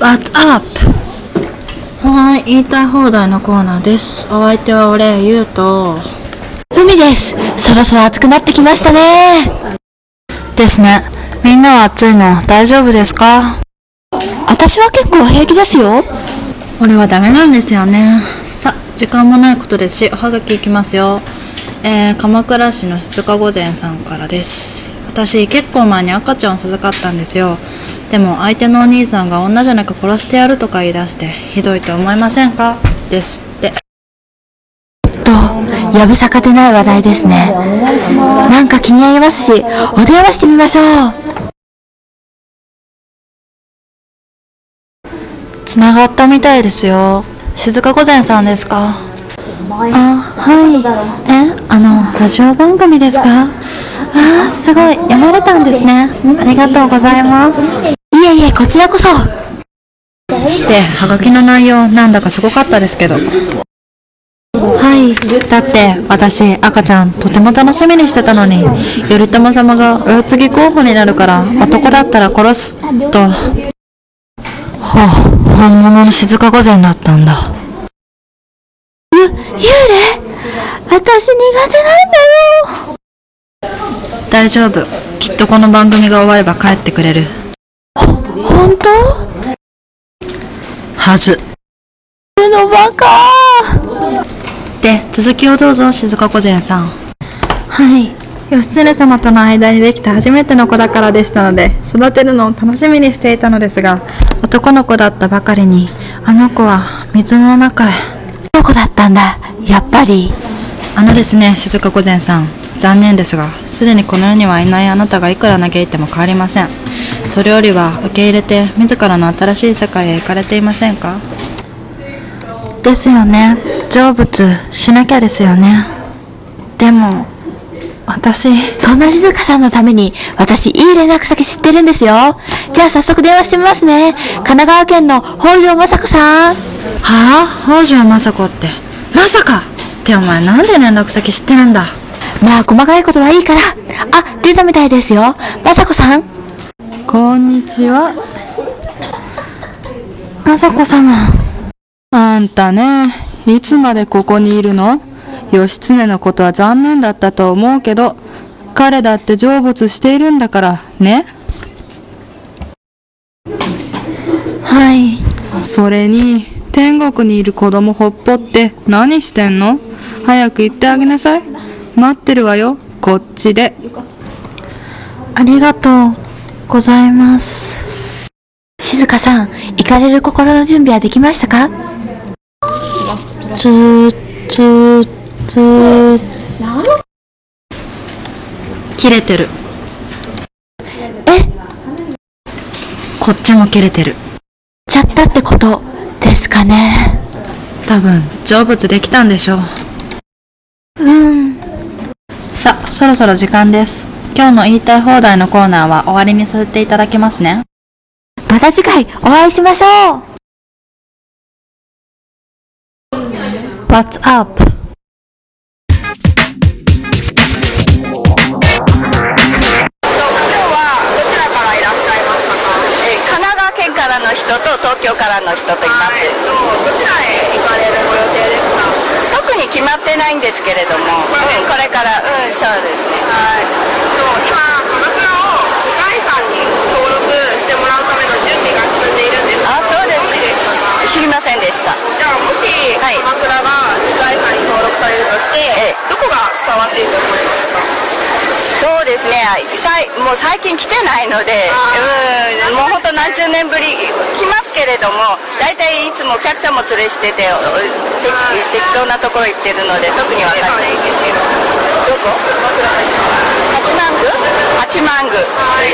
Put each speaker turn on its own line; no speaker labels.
What's up? 本言いたい放題のコーナーです。お相手は俺、ゆうと。
海ですそろそろ暑くなってきましたね
ですね。みんなは暑いの大丈夫ですか
私は結構平気ですよ
俺はダメなんですよね。さ、時間もないことですし、おはがきいきますよ。えー、鎌倉市の静か御前さんからです。私、結構前に赤ちゃんを授かったんですよ。でも、相手のお兄さんが女じゃなく殺してやるとか言い出して、ひどいと思いませんかですって。
とやぶさかでない話題ですねなんか気になりますしお電話してみましょう
つながったみたいですよ静か御前さんですかあはいえあのラジオ番組ですかあーすごい読まれたんですねありがとうございます
いえいえこちらこそ
でハガキの内容なんだかすごかったですけどはいだって私赤ちゃんとても楽しみにしてたのに頼朝様がお世継ぎ候補になるから男だったら殺すとはあ本物の静か御前だったんだ
幽霊私苦手なんだよ
大丈夫きっとこの番組が終われば帰ってくれる
本当
はず
うのバカ
で続きをどうぞ静か御前さん
はい義経様との間にできた初めての子だからでしたので育てるのを楽しみにしていたのですが男の子だったばかりにあの子は水の中へ
どこだったんだやっぱり
あのですね静か御前さん残念ですがすでにこの世にはいないあなたがいくら嘆いても変わりませんそれよりは受け入れて自らの新しい世界へ行かれていませんか
ですよね成仏しなきゃですよねでも私
そんな静香さんのために私いい連絡先知ってるんですよじゃあ早速電話してみますね神奈川県の北条雅子さ
は
ん
あ北条政子ってまさかってお前なんで連絡先知ってるんだ
まあ細かいことはいいからあ出たみたいですよ雅子さん
こんにちは。
政子様
あんたね、いつまでここにいるの義経のことは残念だったと思うけど、彼だって成仏しているんだから、ね。
はい
それに、天国にいる子供ほっぽって何してんの早く行ってあげなさい。待ってるわよ、こっちで。
ありがとうございます
静香さん行かれる心の準備はできましたか
つーつーつー
切れてる
え
こっちも切れてる
ちゃったってことですかね
多分成仏できたんでしょう
うん
さあそろそろ時間です今日の言いたい放題のコーナーは終わりにさせていただきますね
また次回お会いしましょう
What's up?
えー神奈川県からの人と東京からの人といます、どちらへ行かれるご予定ですか特に決まってないんですけれども、うんこれからうんそうですねはい今この分を世界遺産に登録してもらうための準備が進んでいるんですあそうですね知りませんでしたじゃあもし鎌倉が世界遺産に登録されるとして、どこがふさわしいと思いますかそうですねさいもう最近来てないのでうんもう本当何十年ぶり来ますけれども大体いつもお客さんも連れしてておお適適当なところ行ってるので特に分かんないんですけどどこ八幡宮八幡宮っていう